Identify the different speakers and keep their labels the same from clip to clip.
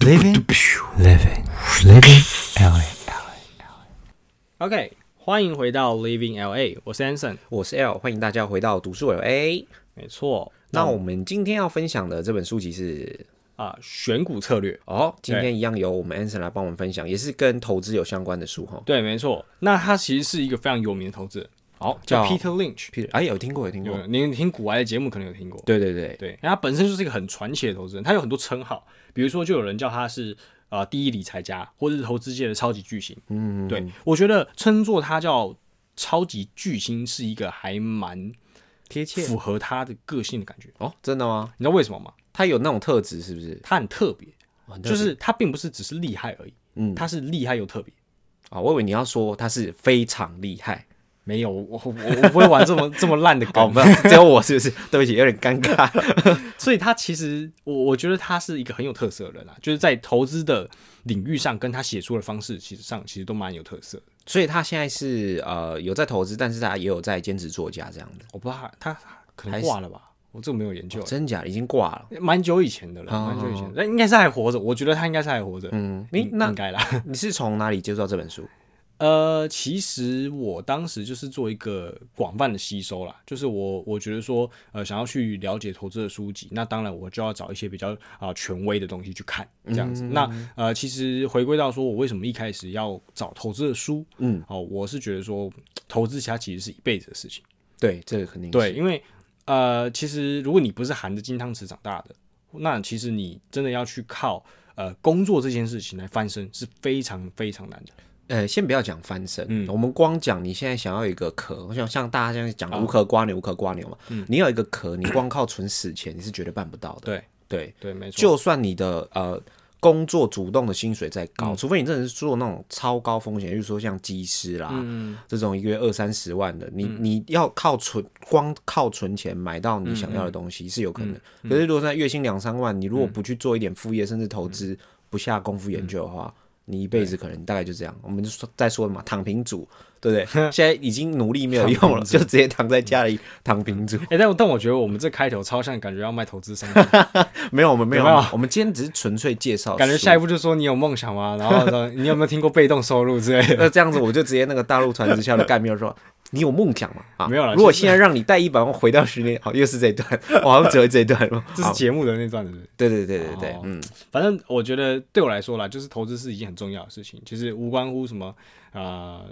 Speaker 1: Living Living Living LA。
Speaker 2: OK，欢迎回到 Living LA，我是 Anson。
Speaker 3: 我是 L，欢迎大家回到读书 L A。
Speaker 2: 没错，
Speaker 3: 那我们今天要分享的这本书籍是
Speaker 2: 啊、选股策略。
Speaker 3: 哦，今天一样由我们 Anson 来帮我们分享，也是跟投资有相关的书哈。
Speaker 2: 对，没错。那他其实是一个非常有名的投资人，
Speaker 3: 好，
Speaker 2: 叫
Speaker 3: 叫
Speaker 2: Peter Lynch。
Speaker 3: Peter，哎，有听过，有听过。
Speaker 2: 有您听古玩的节目可能有听过。
Speaker 3: 对对对，
Speaker 2: 对，然后他本身就是一个很传奇的投资人，他有很多称号，比如说就有人叫他是呃第一理财家，或者是投资界的超级巨星。嗯，对，我觉得称作他叫超级巨星是一个还蛮
Speaker 3: 贴
Speaker 2: 符合他的个性的感觉。
Speaker 3: 哦，真的吗？
Speaker 2: 你知道为什么吗？
Speaker 3: 他有那种特质是不是？
Speaker 2: 他很特别，
Speaker 3: 很特
Speaker 2: 就
Speaker 3: 别
Speaker 2: 是他并不是只是厉害而已，嗯，他是厉害又特别。
Speaker 3: 啊、我以为你要说他是非常厉害。
Speaker 2: 没有， 我我我不会玩这么这么烂的
Speaker 3: 哦，
Speaker 2: 梗，
Speaker 3: 不， 只有我是不是？对不起，有点尴尬。
Speaker 2: 所以他其实我我觉得他是一个很有特色的人啊，就是在投资的领域上，跟他写书的方式其实上其实都蛮有特色的。
Speaker 3: 所以他现在是呃有在投资，但是他也有在兼职作家这样子。
Speaker 2: 我不知道他他可能挂了吧，我这个没有研究，
Speaker 3: 真假已经挂 了。
Speaker 2: 蛮久以前的了，蛮久以前的，但应该是还活着，我觉得他应该是还活着，
Speaker 3: 啊嗯，你那
Speaker 2: 应该啦。
Speaker 3: 你是从哪里接触到这本书？
Speaker 2: 呃，其实我当时就是做一个广泛的吸收啦，就是我我觉得说，呃，想要去了解投资的书籍，那当然我就要找一些比较啊、权威的东西去看，这样
Speaker 3: 嗯
Speaker 2: 子。那呃，其实回归到说我为什么一开始要找投资的书，
Speaker 3: 嗯，
Speaker 2: 哦，我是觉得说投资它其实是一辈子的事情，
Speaker 3: 对，这个肯定是
Speaker 2: 对，因为呃，其实如果你不是含着金汤匙长大的，那其实你真的要去靠呃工作这件事情来翻身是非常非常难的。
Speaker 3: 呃，先不要讲翻身，
Speaker 2: 嗯
Speaker 3: 我们光讲你现在想要有一个壳，我想像大家现在讲无
Speaker 2: 啊
Speaker 3: 壳瓜牛、无壳瓜牛嘛，你有一个壳，你光靠存死钱，你是绝对办不到的。
Speaker 2: 嗯对
Speaker 3: 对，
Speaker 2: 对，没错。
Speaker 3: 就算你的呃工作主动的薪水再
Speaker 2: 嗯
Speaker 3: 高，除非你真的是做那种超高风险，比如说像技师啦、
Speaker 2: 嗯
Speaker 3: 这种一个月二三十万的，你、你要靠存光靠存钱买到你想要的东
Speaker 2: 嗯
Speaker 3: 西是有可能。可是如果在月薪两三万，你如果不去做一点副业，甚至投
Speaker 2: 嗯
Speaker 3: 资不下功夫研究的话。你一辈子可能大概就这样，我们就说再说嘛，躺平族，对不 对？现在已经努力没有用了，就直接躺在家里躺平族。
Speaker 2: 哎、但但我觉得我们这开头超像，感觉要卖投资 商品，
Speaker 3: 没有，我们没有，
Speaker 2: 有没有
Speaker 3: 我们今天只是纯粹介绍书，
Speaker 2: 感觉下一步就说你有梦想吗？然后说你有没有听过被动收入之 类的？
Speaker 3: 那这样子我就直接那个大陆传直销的盖面说。 你有梦想吗？啊，
Speaker 2: 没有啦
Speaker 3: 如果
Speaker 2: 其
Speaker 3: 现在让你带一百万回到十年，好，又是这一段，我好像只有这一段了。
Speaker 2: 这是
Speaker 3: 好
Speaker 2: 节目的那段，对不对？
Speaker 3: 对对对对对
Speaker 2: 哦，
Speaker 3: 嗯，
Speaker 2: 反正我觉得对我来说啦，就是投资是一件很重要的事情，其实无关乎什么啊、呃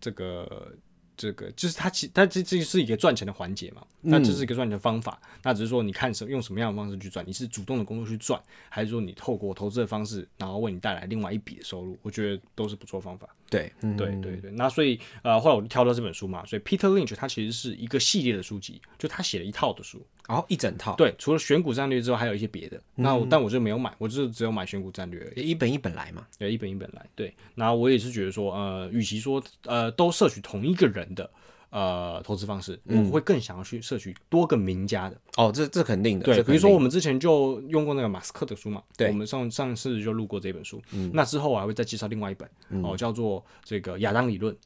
Speaker 2: 这个这个，就是它其它这这是一个赚钱的环节嘛，那这是一个赚钱的方法，那只是说你看什用什么样的方式去赚，你是主动的工作去赚，还是说你透过投资的方式，然后为你带来另外一笔的收入？我觉得都是不错的方法。
Speaker 3: 对，嗯
Speaker 2: 对对对，那所以呃，后来我就挑到这本书嘛，所以 Peter Lynch 他其实是一个系列的书籍，就他写了一套的书，
Speaker 3: 然后一整套，
Speaker 2: 对，除了选股战略之后，还有一些别的，那我、但我就没有买，我就只有买选股战略而已，
Speaker 3: 一本一本来嘛。
Speaker 2: 对，一本一本来，对，那我也是觉得说，呃，与其说呃都摄取同一个人的呃投资方式，我
Speaker 3: 嗯
Speaker 2: 会更想要去摄取多个名家的，
Speaker 3: 哦，这这肯定的，
Speaker 2: 对，
Speaker 3: 这
Speaker 2: 比
Speaker 3: 肯定
Speaker 2: 如说我们之前就用过那个马斯克的书嘛，
Speaker 3: 对嗯
Speaker 2: 我们上上次就录过这本书，那之后我还会再介绍另外一本、哦，叫做这个亚当理论，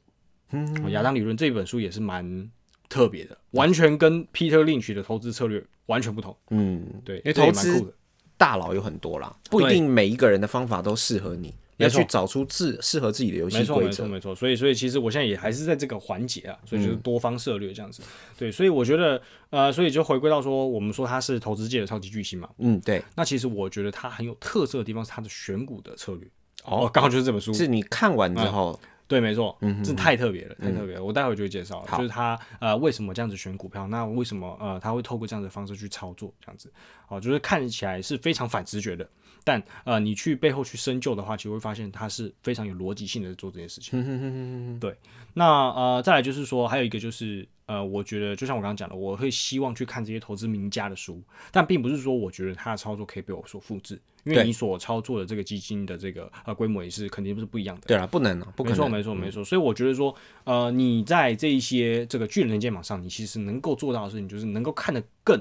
Speaker 2: 嗯，亚当理论这本书也是蛮特别的，完全跟 Peter Lynch 的投资策略完全不同，
Speaker 3: 嗯，
Speaker 2: 对，因
Speaker 3: 为投资大佬有很多啦，不一定每一个人的方法都适合你，
Speaker 2: 没
Speaker 3: 要
Speaker 2: 错
Speaker 3: 去找出自适合自己的游
Speaker 2: 没
Speaker 3: 戏
Speaker 2: 错，
Speaker 3: 规
Speaker 2: 没
Speaker 3: 则嗯
Speaker 2: 错，。没错。所以，所以其实我现在也还是在这个环节啊，所以就是多方策略这样子。对，所以我觉得，呃，所以就回归到说，我们说他是投资界的超级巨星嘛，
Speaker 3: 嗯，对，
Speaker 2: 那其实我觉得他很有特色的地方是他的选股的策略。哦，刚好就是这本书，
Speaker 3: 是你看完之后，
Speaker 2: 对，没错，这太特别了，太特别了。我待会就会介绍了，就是他呃为什么这样子选股票，那为什么呃他会透过这样的方式去操作这样子，哦，就是看起来是非常反直觉的，但呃你去背后去深究的话，其实会发现他是非常有逻辑性的做这件事情。对，那呃再来就是说，还有一个就是呃，我觉得就像我刚刚讲的，我会希望去看这些投资名家的书，但并不是说我觉得他的操作可以被我所复制。因为
Speaker 3: 对
Speaker 2: 你所操作的这个基金的这个呃规模也是肯定不是不一样的，
Speaker 3: 对啦，不能哦，不可
Speaker 2: 没错，
Speaker 3: 能。
Speaker 2: 没错，没错。所以我觉得说，呃，你在这一些这个巨人的肩膀上，你其实能够做到的事情，就是能够看得更，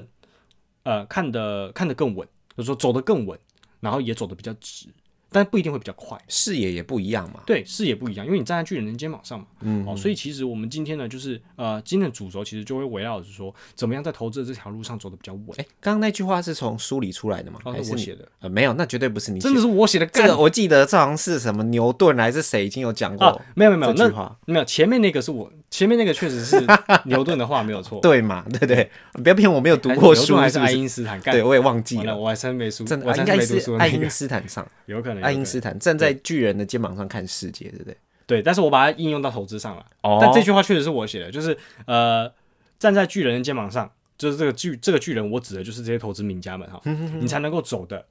Speaker 2: 呃，看得看得更稳，就是说走得更稳，然后也走得比较直。但不一定会比较快。
Speaker 3: 视野也不一样嘛。
Speaker 2: 对，视野不一样，因为你站在巨人的肩膀上嘛。嗯。哦，所以其实我们今天呢，就是呃，今天的主轴其实就会围绕着说，怎么样在投资的这条路上走的比较稳。
Speaker 3: 哎，刚刚那句话是从书里出来的吗？
Speaker 2: 哦
Speaker 3: 还
Speaker 2: 是
Speaker 3: 是
Speaker 2: 我
Speaker 3: 你
Speaker 2: 写的？
Speaker 3: 呃，没有，那绝对不是你写
Speaker 2: 真的是我写的，
Speaker 3: 这
Speaker 2: 干
Speaker 3: 个我记得这好像是什么牛顿还是谁已经有讲过、
Speaker 2: 啊！没有没有没有，
Speaker 3: 这
Speaker 2: 那
Speaker 3: 句话，
Speaker 2: 没有前面那个是我，前面那个确实是牛顿的话没有 错。
Speaker 3: 对嘛？对不对，不要骗我，没有读
Speaker 2: 还是
Speaker 3: 过
Speaker 2: 牛顿
Speaker 3: 书，
Speaker 2: 还
Speaker 3: 是
Speaker 2: 是
Speaker 3: 不
Speaker 2: 爱
Speaker 3: 是？
Speaker 2: 因斯坦？干
Speaker 3: 对，我也忘记
Speaker 2: 完了，
Speaker 3: 了，
Speaker 2: 我还真没书，
Speaker 3: 真的
Speaker 2: 我
Speaker 3: 啊
Speaker 2: 还
Speaker 3: 应
Speaker 2: 真没
Speaker 3: 该
Speaker 2: 读
Speaker 3: 是
Speaker 2: 书
Speaker 3: 爱
Speaker 2: 那个
Speaker 3: 因斯坦上，
Speaker 2: 有可能
Speaker 3: 爱因
Speaker 2: 有可能
Speaker 3: 斯坦站在巨人的肩膀上看世界，对不对？
Speaker 2: 对，但是我把它应用到投资上了。
Speaker 3: 哦
Speaker 2: 但这句话确实是我写的，就是呃，站在巨人的肩膀上，就是这个巨这个巨人，我指的就是这些投资名家们哈，你才能够走的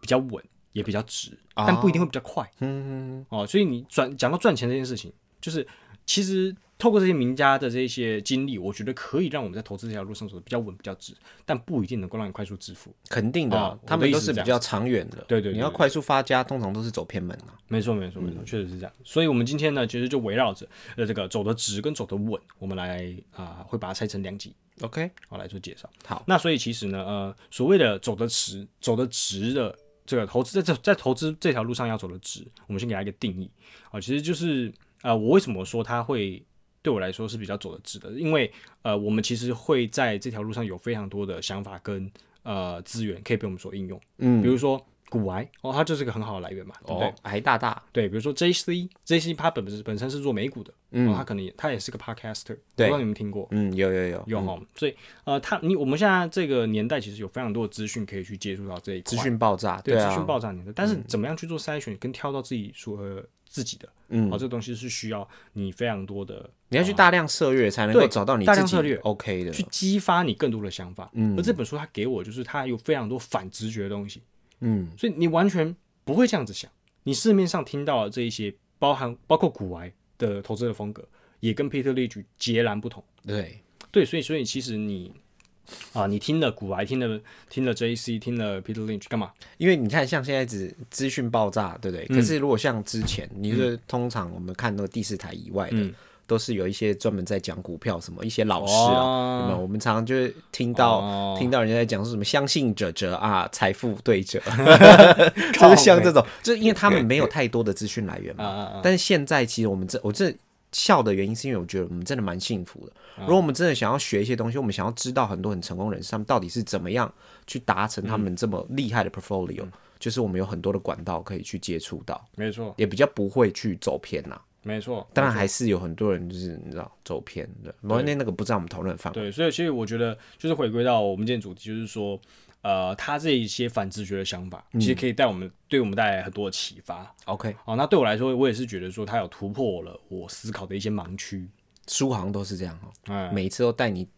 Speaker 2: 比较稳，也比较直，
Speaker 3: 哦
Speaker 2: 但不一定会比较快。嗯哦，所以你转讲到赚钱这件事情，就是其实透过这些名家的这些经历，我觉得可以让我们在投资这条路上走的比较稳、比较直，但不一定能够让你快速致富。
Speaker 3: 肯定的啊、
Speaker 2: 哦
Speaker 3: 他
Speaker 2: 我的
Speaker 3: 们
Speaker 2: 意
Speaker 3: 都
Speaker 2: 思是
Speaker 3: 是
Speaker 2: 这
Speaker 3: 比
Speaker 2: 样
Speaker 3: 较长远的。
Speaker 2: 对对对
Speaker 3: 你要快速发家，通常都是走偏门啊。
Speaker 2: 没错，没错，没错，确实是这样。所以，我们今天呢，其实就围绕着呃这个走得直跟走得稳，我们来啊、会把它拆成两集，
Speaker 3: OK，
Speaker 2: 好来做介绍。
Speaker 3: 好，
Speaker 2: 那所以其实呢，呃，所谓的走得直、走得直的这个投资，在这在投资这条路上要走得直，我们先给它一个定义啊、其实就是呃，我为什么说它会对我来说是比较走得直的？因为呃，我们其实会在这条路上有非常多的想法跟呃资源可以被我们所应用，
Speaker 3: 嗯
Speaker 2: 比如说骨癌哦，它就是个很好的来源嘛，对不对？
Speaker 3: 哦，还大大，
Speaker 2: 对，比如说 JC JC 他本身本身是做美股的，嗯，他可能也他也是个 podcaster，
Speaker 3: 对
Speaker 2: 我不知道你们听过。
Speaker 3: 嗯，有有有
Speaker 2: 有哈，所以呃，他你我们现在这个年代其实有非常多的资讯可以去接触到这一
Speaker 3: 资
Speaker 2: 块
Speaker 3: 讯爆炸，
Speaker 2: 对资
Speaker 3: 嗯啊，
Speaker 2: 讯爆炸年代，但是怎么样去做筛选跟挑到自己符合自己的，嗯，哦，这个东西是需要你非常多的
Speaker 3: 你要去大量涉猎才能够
Speaker 2: 对
Speaker 3: 找到你
Speaker 2: 大
Speaker 3: 自
Speaker 2: 量涉
Speaker 3: 己
Speaker 2: 猎
Speaker 3: OK 的
Speaker 2: 去。激发你更多的想法。嗯，而这本书它给我就是它有非常多反直觉的东西。
Speaker 3: 嗯，
Speaker 2: 所以你完全不会这样子想。你市面上听到的这一些，包含包括古癌的投资的风格，也跟 Peter l e 截然不同。
Speaker 3: 对，
Speaker 2: 对，所以所以其实你啊、你听了古癌，听了听了 JC，听了 Peter Lynch 干嘛？
Speaker 3: 因为你看，像现在只资讯爆炸，对不
Speaker 2: 嗯
Speaker 3: 对？可是如果像之前，你是通常我们看那个第四台以外的，
Speaker 2: 嗯
Speaker 3: 都是有一些专门在讲股票什么一些老师啊，
Speaker 2: 哦
Speaker 3: 有没有？我们常常就是听到、
Speaker 2: 哦
Speaker 3: 听到人家在讲说什么相信者折啊，财富对 折， 就
Speaker 2: 靠
Speaker 3: 是
Speaker 2: 北
Speaker 3: 像这种，就是因为他们没有太多的资讯来源嘛。
Speaker 2: 啊啊啊
Speaker 3: 但是现在其实我们这我这。笑的原因是因为我觉得我们真的蛮幸福的。
Speaker 2: 嗯
Speaker 3: 如果我们真的想要学一些东西，我们想要知道很多很成功人士他们到底是怎么样去达成他们
Speaker 2: 嗯
Speaker 3: 这么厉害的 portfolio，、就是我们有很多的管道可以去接触到，
Speaker 2: 没错，
Speaker 3: 也比较不会去走偏呐、
Speaker 2: 没错。
Speaker 3: 当然还是有很多人就是你知道走偏的，某那那个不在我们讨论范围。
Speaker 2: 对，所以其实我觉得就是回归到我们今天主题，就是说，呃，他这一些反直觉的想法，其实可以带我们对我们带来很多的启发。
Speaker 3: OK，
Speaker 2: 哦，那对我来说，我也是觉得说，他有突破了我思考的一些盲区。
Speaker 3: 书行都是这样哦，
Speaker 2: 嗯，
Speaker 3: 每一次都带你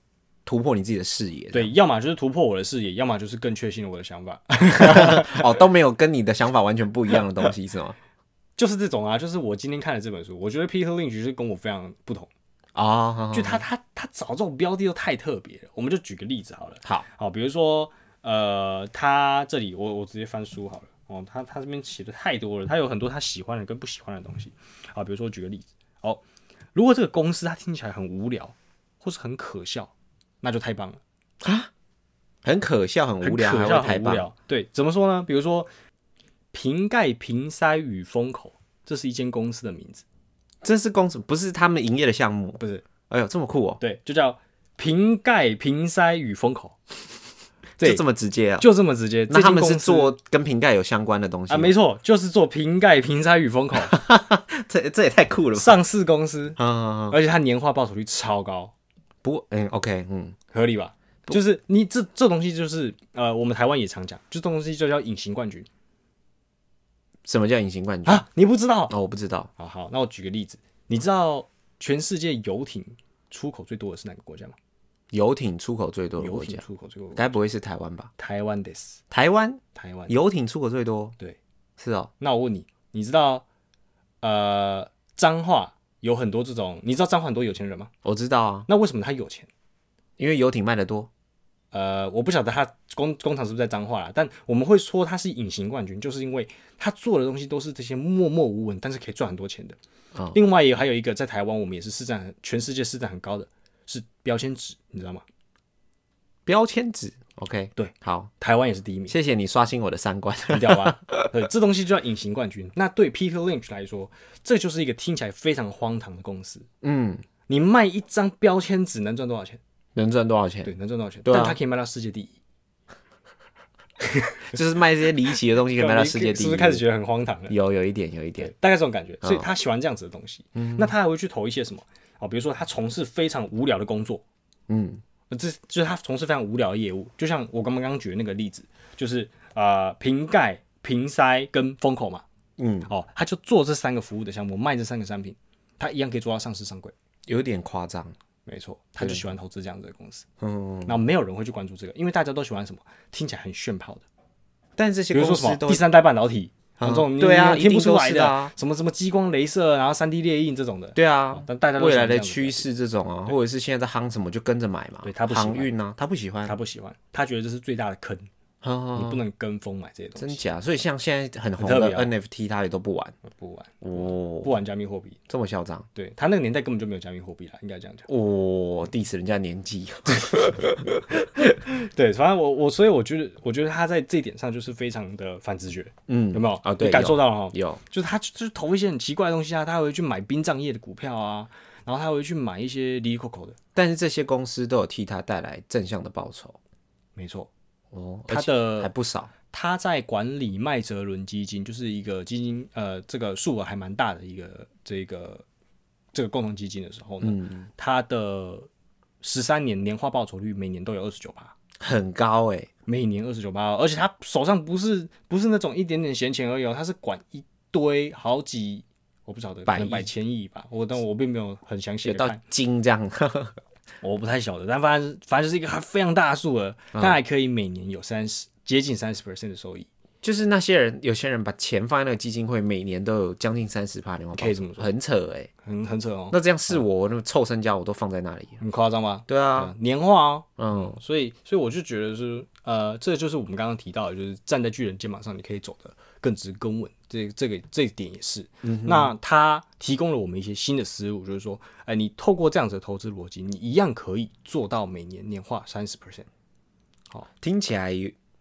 Speaker 3: 突破你自己的视野。
Speaker 2: 对，要么就是突破我的视野，要么就是更确信了我的想法，
Speaker 3: 哦，都没有跟你的想法完全不一样的东西 是吗？
Speaker 2: 就是这种啊。就是我今天看了这本书，我觉得 Peter Lynch 是跟我非常不同，
Speaker 3: 啊、好
Speaker 2: 就他他他找这种标的都太特别了。我们就举个例子好了，
Speaker 3: 好，
Speaker 2: 好，比如说呃，他这里我我直接翻书好了，哦，他他这边写的太多了，他有很多他喜欢的跟不喜欢的东西。好，比如说举个例子，哦，如果这个公司它听起来很无聊或是很可笑，那就太棒了。
Speaker 3: 很可笑，很
Speaker 2: 很
Speaker 3: 无聊，
Speaker 2: 可
Speaker 3: 还
Speaker 2: 笑
Speaker 3: 会太
Speaker 2: 很无
Speaker 3: 棒。
Speaker 2: 聊。对，怎么说呢？比如说瓶盖、瓶塞与封口，这是一间公司的名字，
Speaker 3: 这是公司不是他们营业的项目，
Speaker 2: 不是？
Speaker 3: 哎呦，这么酷哦，
Speaker 2: 对，就叫瓶盖、瓶塞与封口。对
Speaker 3: 就这么直接啊？
Speaker 2: 就这么直接。
Speaker 3: 那他们
Speaker 2: 这
Speaker 3: 是
Speaker 2: 间公司
Speaker 3: 做跟瓶盖有相关的东西
Speaker 2: 啊，
Speaker 3: 吗
Speaker 2: 没错，就是做瓶盖、瓶塞与封 口
Speaker 3: 这这也太酷了吧？
Speaker 2: 上市公司，
Speaker 3: 啊啊，啊
Speaker 2: 而且它年化报酬率超高，
Speaker 3: 不过，嗯，OK，嗯，
Speaker 2: 合理吧？就是你这这东西就是呃，我们台湾也常讲，就这东西就叫隐形冠军
Speaker 3: 什么叫隐形冠军？
Speaker 2: 啊，你不知道？
Speaker 3: 哦，我不知道，
Speaker 2: 好好，那我举个例子，你知道全世界游艇出口最多的是哪个国家吗？
Speaker 3: 游艇出口最多的
Speaker 2: 游
Speaker 3: 国
Speaker 2: 艇
Speaker 3: 家，
Speaker 2: 出口最多的国家，
Speaker 3: 该不会是台湾吧？
Speaker 2: 台湾的是
Speaker 3: 台湾
Speaker 2: 台湾。
Speaker 3: 游艇出口最多，
Speaker 2: 对，
Speaker 3: 是哦，
Speaker 2: 那我问你，你知道呃彰化有很多这种，你知道彰化很多有钱人吗？
Speaker 3: 我知道啊，
Speaker 2: 那为什么他有钱？
Speaker 3: 因为游艇卖的多，
Speaker 2: 呃，我不晓得他工工厂是不是在彰化啦，但我们会说他是隐形冠军，就是因为他做的东西都是这些默默无闻，但是可以赚很多钱的。
Speaker 3: 哦
Speaker 2: 另外也还有一个在台湾，我们也是市占很全世界市占很高的是标签纸，你知道吗？
Speaker 3: 标签纸 OK，
Speaker 2: 对，
Speaker 3: 好，
Speaker 2: 台湾也是第一名，
Speaker 3: 谢谢你刷新我的三观。
Speaker 2: 很屌吧？对，这东西就叫隐形冠军。那对 Peter Lynch 来说，这就是一个听起来非常荒唐的公司。
Speaker 3: 嗯，
Speaker 2: 你卖一张标签纸能赚多少钱？
Speaker 3: 能赚多少钱？
Speaker 2: 对，能赚多少钱？
Speaker 3: 对啊
Speaker 2: 但他可以卖到世界第一，
Speaker 3: 就是卖这些离奇的东西，可以卖到世界第一。
Speaker 2: 是不是开始觉得很荒唐了？
Speaker 3: 有有一点，有一点。
Speaker 2: 大概这种感觉，
Speaker 3: 嗯
Speaker 2: 所以他喜欢这样子的东西。那他还会去投一些什么？哦，比如说他从事非常无聊的工作，
Speaker 3: 嗯，
Speaker 2: 呃这就是他从事非常无聊的业务。就像我刚刚刚举的那个例子，就是呃瓶盖、瓶塞跟封口嘛，
Speaker 3: 嗯，
Speaker 2: 哦，他就做这三个服务的项目，卖这三个商品，他一样可以做到上市上柜。
Speaker 3: 有点夸张。
Speaker 2: 没错，他就喜欢投资这样子的公司。
Speaker 3: 嗯，
Speaker 2: 那没有人会去关注这个，因为大家都喜欢什么听起来很炫炮的，
Speaker 3: 但这
Speaker 2: 比
Speaker 3: 些
Speaker 2: 如
Speaker 3: 公
Speaker 2: 说什
Speaker 3: 司
Speaker 2: 么
Speaker 3: 都
Speaker 2: 第三代半导体，
Speaker 3: 嗯
Speaker 2: 这种你
Speaker 3: 对啊
Speaker 2: 你听不出
Speaker 3: 一
Speaker 2: 来
Speaker 3: 定都是
Speaker 2: 的，
Speaker 3: 的啊
Speaker 2: 什么什么激光镭射，然后三 D 列印这种的。哦
Speaker 3: 对啊，
Speaker 2: 但大家都
Speaker 3: 未
Speaker 2: 喜欢
Speaker 3: 来
Speaker 2: 这
Speaker 3: 的
Speaker 2: 样子
Speaker 3: 趋势这种啊，或者是现在在夯什么就跟着买嘛。
Speaker 2: 对他不喜欢
Speaker 3: 航运啊，他不喜欢。
Speaker 2: 他不喜欢，他觉得这是最大的坑，
Speaker 3: 啊
Speaker 2: 你不能跟风买这些东
Speaker 3: 真
Speaker 2: 西，
Speaker 3: 假？所以像现在很红
Speaker 2: 很特
Speaker 3: 的
Speaker 2: 别啊
Speaker 3: NFT，他也都不玩
Speaker 2: 不玩
Speaker 3: 哦，
Speaker 2: 不玩加密货币。
Speaker 3: 这么嚣张
Speaker 2: 对他那个年代根本就没有加密货币啦，应该这样讲。
Speaker 3: 哦，diss 人家年纪，
Speaker 2: 对，反正我我所以我觉得我觉得他在这一点上就是非常的反直觉，
Speaker 3: 嗯
Speaker 2: 有没有
Speaker 3: 啊？对，
Speaker 2: 你感受
Speaker 3: 到
Speaker 2: 到了哈，
Speaker 3: 有
Speaker 2: 就是他就是投一些很奇怪的东西啊，他还会去买殡葬业的股票啊，然后他还会去买一些离离口口的，
Speaker 3: 但是这些公司都有替他带来正向的报酬
Speaker 2: 没错，
Speaker 3: 哦，
Speaker 2: 他
Speaker 3: 而且
Speaker 2: 的
Speaker 3: 还不少。
Speaker 2: 他在管理麦哲伦基金，就是一个基金，呃，这个数额还蛮大的一个这个这个共同基金的时候呢，他的十三年年化报酬率每年都有二十九趴，
Speaker 3: 很高哎、
Speaker 2: 每年二十九趴，而且他手上不是不是那种一点点闲钱而已、哦，他是管一堆好几。我不晓得，
Speaker 3: 百
Speaker 2: 可能
Speaker 3: 亿
Speaker 2: 百千亿吧，我但我并没有很详细
Speaker 3: 有
Speaker 2: 的
Speaker 3: 到
Speaker 2: 看，
Speaker 3: 金这样， 呵呵
Speaker 2: 我不太晓得，但反正反正就是一个非常大的数额，他还可以每年有三十接近三十 percent 的收益，
Speaker 3: 就是那些人，有些人把钱放在那个基金会，每年都有将近三十趴年化报酬，
Speaker 2: 可以这么说
Speaker 3: 很扯哎、
Speaker 2: 很很扯哦，
Speaker 3: 那这样是我那么臭身家我都放在那里，
Speaker 2: 很夸张吧？
Speaker 3: 对啊，
Speaker 2: 啊，年化哦，
Speaker 3: 嗯，
Speaker 2: 所以所以我就觉得是，呃，这就是我们刚刚提到的，就是站在巨人肩膀上，你可以走得更直更稳，这这个这一点也是。那他提供了我们一些新的思路，就是说，哎、你透过这样子的投资逻辑，你一样可以做到每年年化三十 percent，
Speaker 3: 听起来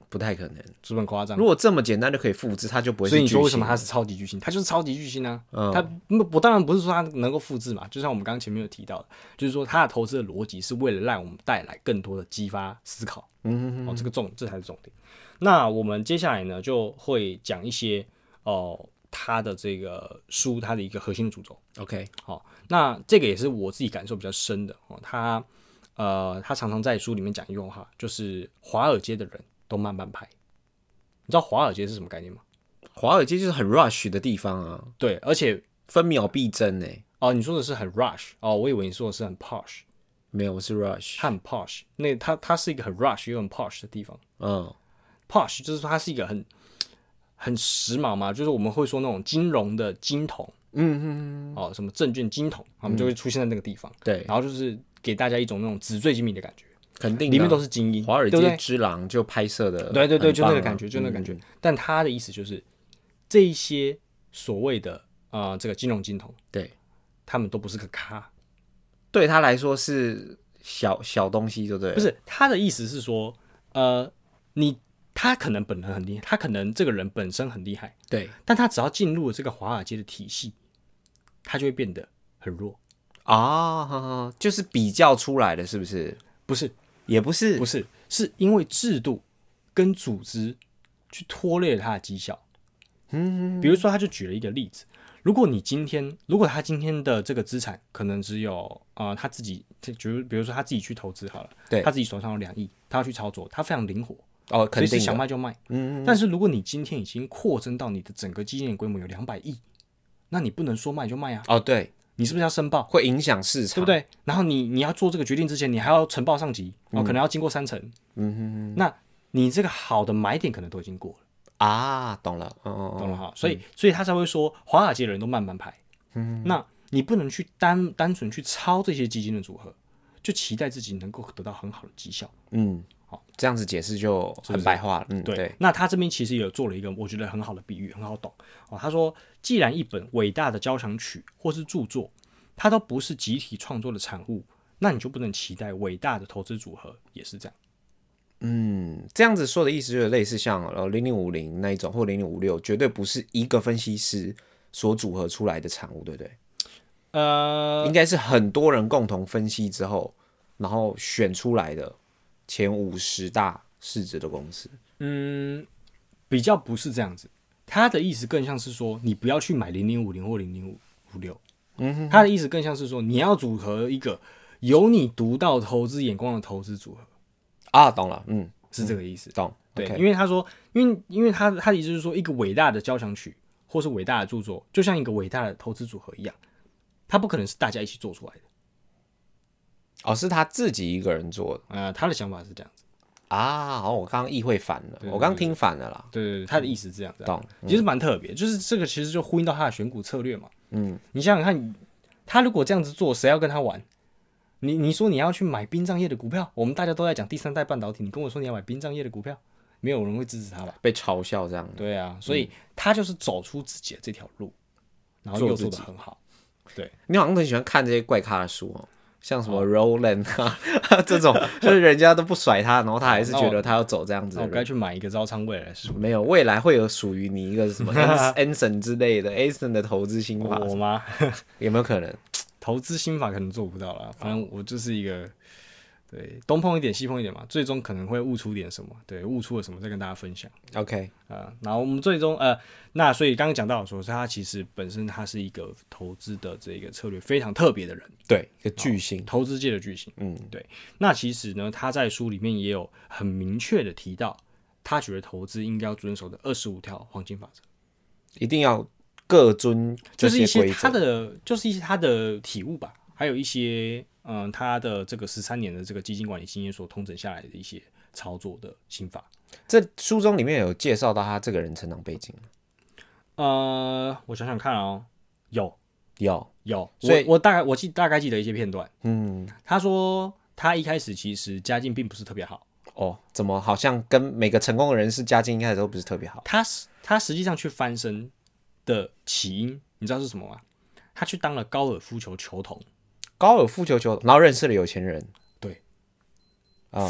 Speaker 3: 不太可能。
Speaker 2: 是不是很夸张
Speaker 3: 如？果这么简单就可以复制，它就不会是
Speaker 2: 嗯所以你说
Speaker 3: 巨
Speaker 2: 为什么
Speaker 3: 型
Speaker 2: 它是超级巨星？它就是超级巨星啊！
Speaker 3: 嗯
Speaker 2: 它不我当然不是说它能够复制嘛，就像我们刚刚前面有提到的，就是说它的投资的逻辑是为了让我们带来更多的激发思考。嗯哦，这个重这才是重点。那我们接下来呢就会讲一些哦、它的这个书它的一个核心的主轴。
Speaker 3: OK，
Speaker 2: 好、那这个也是我自己感受比较深的哦。他呃，他常常在书里面讲一句话，就是华尔街的人都慢半拍。你知道华尔街是什么概念吗？
Speaker 3: 华尔街就是很 rush 的地方啊，
Speaker 2: 对，而且
Speaker 3: 分秒必争哎、
Speaker 2: 哦，你说的是很 rush 哦，我以为你说的是很 posh，
Speaker 3: 没有，我是 rush，
Speaker 2: 它很 posh，那它它是一个很 rush 又很 posh 的地方
Speaker 3: 嗯，
Speaker 2: ，posh 就是说它是一个很很时髦嘛，就是我们会说那种金融的金童，嗯嗯哦，什么证券金童，我们就会出现在那个地方，
Speaker 3: 嗯对，
Speaker 2: 然后就是给大家一种那种纸醉金迷的感觉，
Speaker 3: 肯定的
Speaker 2: 里面嗯都是精英，
Speaker 3: 华尔
Speaker 2: 对不
Speaker 3: 街
Speaker 2: 对
Speaker 3: 之狼就拍摄的、
Speaker 2: 对对对，就那个
Speaker 3: 很棒啊
Speaker 2: 感觉，就那个感觉。但他的意思就是，这一些所谓的啊、呃这个金融金童，
Speaker 3: 对，
Speaker 2: 他们都不是个咖，
Speaker 3: 对他来说是小小东西，对不对？
Speaker 2: 不，是他的意思是说，呃，你他可能本人很厉害，他可能这个人本身很厉害，
Speaker 3: 对
Speaker 2: 但他只要进入了这个华尔街的体系，他就会变得很弱。
Speaker 3: 啊、哈哈，就是比较出来的，是不是？
Speaker 2: 不是，
Speaker 3: 也不是，
Speaker 2: 不是，是因为制度跟组织去拖累了他的绩效。嗯，比如说，他就举了一个例子。如果你今天，如果他今天的这个资产可能只有啊、呃他自己，就比如比如说他自己去投资好了，
Speaker 3: 对
Speaker 2: 他自己手上有两亿，他要去操作，他非常灵活，
Speaker 3: 哦，肯
Speaker 2: 随
Speaker 3: 定
Speaker 2: 时想
Speaker 3: 的，
Speaker 2: 卖就卖。但是如果你今天已经扩增到你的整个基金的规模有两百亿，那你不能说卖就卖啊，
Speaker 3: 哦，对，
Speaker 2: 你是不是要申报？
Speaker 3: 会影响市场，
Speaker 2: 对不？对？然后你你要做这个决定之前，你还要呈报上级，哦，可能要经过三层。嗯哼那你这个好的买点可能都已经过了，
Speaker 3: 啊，懂了，嗯嗯
Speaker 2: 懂
Speaker 3: 嗯，
Speaker 2: 了哈？所以所以他才会说华尔街的人都慢慢拍。嗯。那你不能去单单纯去抄这些基金的组合，就期待自己能够得到很好的绩效。
Speaker 3: 嗯，好，这样子解释就很白话了，嗯，
Speaker 2: 对，
Speaker 3: 对，
Speaker 2: 那他这边其实也有做了一个我觉得很好的比喻，很好懂哦。他说，既然一本伟大的交响曲或是著作，它都不是集体创作的产物，那你就不能期待伟大的投资组合也是这样。
Speaker 3: 嗯，这样子说的意思就是类似像呃零零五零那一种或零零五六，绝对不是一个分析师所组合出来的产物，对不对？
Speaker 2: 呃
Speaker 3: 应，该是很多人共同分析之后，然后选出来的前五十大市值的公司。
Speaker 2: 比较不是这样子，他的意思更像是说，你不要去买零零五零或零零五六，嗯哼，他的意思更像是说，你要组合一个有你独到投资眼光的投资组合，
Speaker 3: 啊，懂了，嗯，
Speaker 2: 是这个意思。
Speaker 3: 懂。
Speaker 2: 对
Speaker 3: OK
Speaker 2: 因为他说，因为因为他他的意思是说，一个伟大的交响曲或是伟大的著作，就像一个伟大的投资组合一样，它不可能是大家一起做出来的。
Speaker 3: 哦，是他自己一个人做的
Speaker 2: 呃，他的想法是这样子，
Speaker 3: 啊。好，我刚刚意会反了，我刚刚听反了啦。
Speaker 2: 对对对，他的意思是这样子、啊，
Speaker 3: 懂嗯
Speaker 2: 其实蛮特别，就是这个其实就呼应到他的选股策略嘛。嗯，你想想看，他如果这样子做，谁要跟他玩？你你说你要去买殡葬业的股票，我们大家都在讲第三代半导体，你跟我说你要买殡葬业的股票，没有人会支持他吧？
Speaker 3: 被嘲笑这样，
Speaker 2: 对啊，所以他就是走出自己的这条路，然后又
Speaker 3: 做
Speaker 2: 做
Speaker 3: 自己
Speaker 2: 的很好。
Speaker 3: 你好像很喜欢看这些怪咖的书哦，像什么 Roland 啊 这种，就是人家都不甩他，然后他还是觉得他要走这样子
Speaker 2: 哦
Speaker 3: 的
Speaker 2: 那我
Speaker 3: 路
Speaker 2: 该。去买一个招商未来的书，
Speaker 3: 没有，未来会有属于你一个什 么 Anson 之类的 Anson 的投资心法，
Speaker 2: 我吗？
Speaker 3: 有没有可能？
Speaker 2: 投资心法可能做不到
Speaker 3: 哦
Speaker 2: 啦，反正我就是一个对东碰一点西碰一点嘛，最终可能会悟出点什么，对，悟出了什么再跟大家分享
Speaker 3: OK，
Speaker 2: 啊、然后我们最终呃，那所以刚刚讲到说，他其实本身他是一个投资的这个策略非常特别的人，
Speaker 3: 对，一个巨星，
Speaker 2: 投资界的巨星，嗯，对。那其实呢，他在书里面也有很明确的提到，他觉得投资应该要遵守的二十五条黄金法则。
Speaker 3: 一定要各遵这
Speaker 2: 就是一些
Speaker 3: 规
Speaker 2: 他
Speaker 3: 则。
Speaker 2: 的，就是一些他的体悟吧，还有一些嗯，他的这个十三年的这个基金管理经验所统整下来的一些操作的心法。
Speaker 3: 这书中里面有介绍到他这个人成长背景，
Speaker 2: 呃，我想想看哦，有
Speaker 3: 有，
Speaker 2: 有，
Speaker 3: 所以
Speaker 2: 我我大概我记大概记得一些片段。
Speaker 3: 嗯，
Speaker 2: 他说他一开始其实家境并不是特别好，
Speaker 3: 哦，怎么好像跟每个成功的人士家境一开始都不是特别好？
Speaker 2: 他实他实际上去翻身的起因，你知道是什么吗？他去当了高尔夫球球童，
Speaker 3: 高尔夫球球，然后认识了有钱人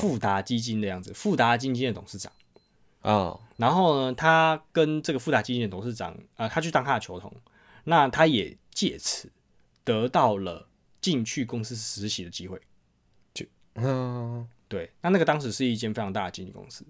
Speaker 2: 富达基金的样子，富达基金的董事长。
Speaker 3: 啊、
Speaker 2: 然后呢，他跟这个富达基金的董事长啊、呃他去当他的球童，那他也借此得到了进去公司实习的机会。
Speaker 3: 嗯，
Speaker 2: 对，那那个当时是一间非常大的经纪公司。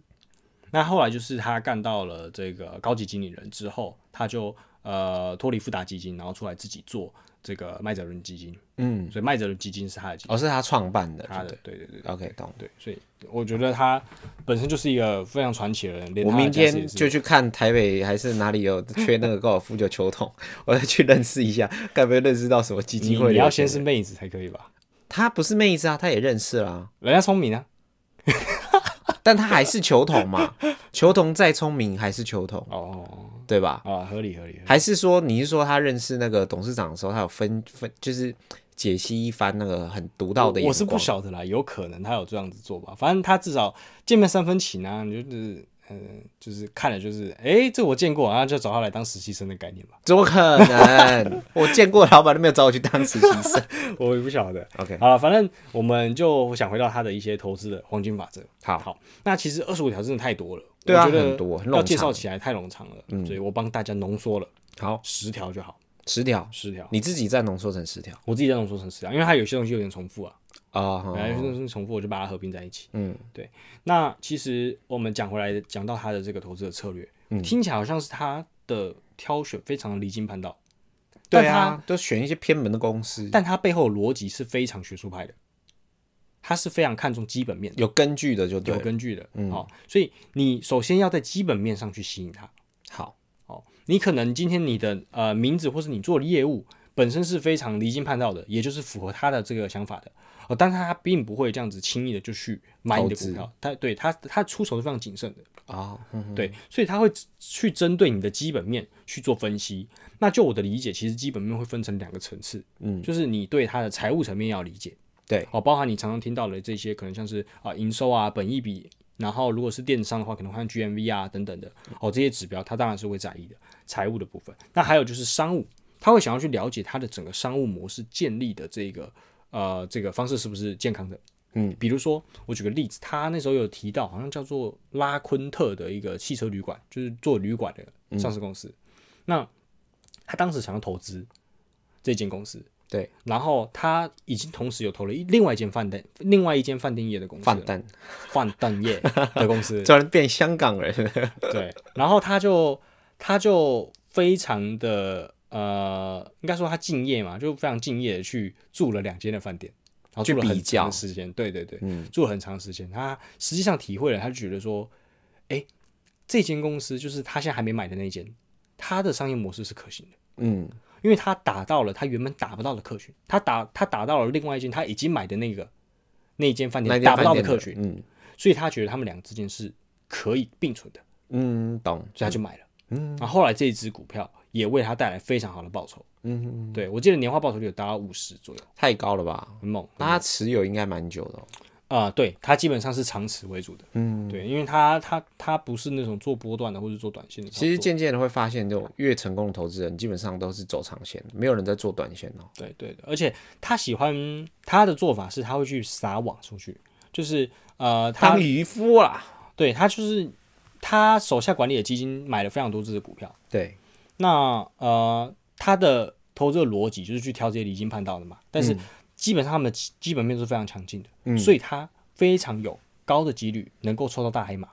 Speaker 2: 那后来就是他干到了这个高级经理人之后，他就呃脱离富达基金，然后出来自己做这个麦哲伦基金。
Speaker 3: 嗯，
Speaker 2: 所以麦哲伦基金是他的基金，
Speaker 3: 哦，是他创办的，
Speaker 2: 他的
Speaker 3: 对
Speaker 2: 对对对
Speaker 3: 不对，OK，懂。
Speaker 2: 对，所以我觉得他本身就是一个非常传奇的人。连
Speaker 3: 我
Speaker 2: 他的
Speaker 3: 明
Speaker 2: 家世
Speaker 3: 天
Speaker 2: 也是
Speaker 3: 就去看台北还是哪里有缺那个高尔夫球球桶，我要去认识一下，该不会认识到什么基
Speaker 2: 你
Speaker 3: 金会？
Speaker 2: 你要先是妹子才可以吧？
Speaker 3: 他不是妹子啊，他也认识啦、
Speaker 2: 人家聪明啊。
Speaker 3: 但他还是球童嘛，球童再聪明还是球童，
Speaker 2: 哦
Speaker 3: 对吧？
Speaker 2: 啊，合理合理。合理
Speaker 3: 还是说你是说他认识那个董事长的时候，他有分分就是解析一番那个很独到的眼光？
Speaker 2: 我是哦不晓得啦，有可能他有这样子做吧。反正他至少见面三分情啊，你就是呃，就是看了就是，诶，这我见过，然后就找他来当实习生的概念吧。
Speaker 3: 怎么可能？ 我见过老板都没有找我去当实习生。
Speaker 2: 我也不晓得。
Speaker 3: OK，
Speaker 2: 好了，反正我们就想回到他的一些投资的黄金法则。
Speaker 3: 好
Speaker 2: 好，那其实二十五条真的太多了，
Speaker 3: 对啊
Speaker 2: 我觉得
Speaker 3: 很多很冗
Speaker 2: 要介绍
Speaker 3: 长嗯
Speaker 2: 起来太冗长了，所以我帮大家浓缩了
Speaker 3: 好，
Speaker 2: 十条就好，
Speaker 3: 十条，
Speaker 2: 十条。
Speaker 3: 你自己再浓缩成十条
Speaker 2: 我自己在浓缩成十条，因为它有些东西有点重复啊，
Speaker 3: 啊。好
Speaker 2: 本来就是重复，我就把它合并在一起。
Speaker 3: 嗯，
Speaker 2: 对。那其实我们讲回来，讲到他的这个投资的策略，
Speaker 3: 嗯
Speaker 2: 听起来好像是他的挑选非常的离经叛道，
Speaker 3: 对
Speaker 2: 但
Speaker 3: 啊就
Speaker 2: 他，
Speaker 3: 选一些偏门的公司，
Speaker 2: 但他背后的逻辑是非常学术派的，他是非常看重基本面的，
Speaker 3: 有根据的就对
Speaker 2: 有
Speaker 3: 了。
Speaker 2: 根据的。好、哦所以你首先要在基本面上去吸引他。
Speaker 3: 好，
Speaker 2: 哦，你可能今天你的呃名字或是你做的业务本身是非常离经叛道的，也就是符合他的这个想法的。哦，但是他并不会这样子轻易的就去买你的股票，他对他他出手是非常谨慎的，
Speaker 3: 啊，嗯
Speaker 2: 对，所以他会去针对你的基本面去做分析。那就我的理解，其实基本面会分成两个层次，嗯，就是你对它的财务层面要理解，
Speaker 3: 对
Speaker 2: 哦，包含你常常听到的这些，可能像是啊营收啊、本益比，然后如果是电商的话，可能看 GMV 啊等等的，哦这些指标，他当然是会在意的财务的部分。那还有就是商务，他会想要去了解它的整个商务模式建立的这个呃这个方式是不是健康的，嗯，比如说我举个例子，他那时候有提到，好像叫做拉昆特的一个汽车旅馆，就是做旅馆的上市公司。那他当时想要投资这间公司，
Speaker 3: 对，
Speaker 2: 然后他已经同时有投了一另外一间饭店，另外一间饭店业的公司，
Speaker 3: 饭蛋，
Speaker 2: 饭店业的公 司，
Speaker 3: 突然变香港人，
Speaker 2: 对，然后他就他就非常的呃，应该说他敬业嘛，就非常敬业的去住了两间的饭店，然后
Speaker 3: 去
Speaker 2: 住了
Speaker 3: 比
Speaker 2: 很
Speaker 3: 较
Speaker 2: 长的时间，对对对，
Speaker 3: 嗯
Speaker 2: 住了很长时间。他实际上体会了，他就觉得说，哎，这间公司就是他现在还没买的那间，它的商业模式是可行的，
Speaker 3: 嗯，
Speaker 2: 因为他打到了他原本打不到的客群，他打他打到了另外一间他已经买的那个那间饭
Speaker 3: 那
Speaker 2: 店
Speaker 3: 间
Speaker 2: 打
Speaker 3: 饭
Speaker 2: 不到的
Speaker 3: 店
Speaker 2: 客群，
Speaker 3: 嗯
Speaker 2: 所以他觉得他们俩之间是可以并存的。
Speaker 3: 嗯，懂，
Speaker 2: 所以他就买了。嗯，然后后来这一只股票也为他带来非常好的报酬。
Speaker 3: 嗯，
Speaker 2: 对我记得年化报酬率有达到五十左右，
Speaker 3: 太高了吧？
Speaker 2: 很猛。
Speaker 3: 那他持有应该蛮久的哦、
Speaker 2: 啊、对，它基本上是长持为主的。嗯，对，因为它它它不是那种做波段的或者做短线的操作。
Speaker 3: 其实渐渐的会发现，这种越成功的投资人，基本上都是走长线的，没有人在做短线哦。
Speaker 2: 对对的，而且他喜欢他的做法是他会去撒网出去，就是呃，他
Speaker 3: 当渔夫啊啦，
Speaker 2: 对他就是他手下管理的基金买了非常多只的股票，
Speaker 3: 对，
Speaker 2: 那呃，他的投资的逻辑就是去挑这些离经叛道的嘛，但是基本上他们的基基本面是非常强劲的，所以他非常有高的几率能够抽到大黑马。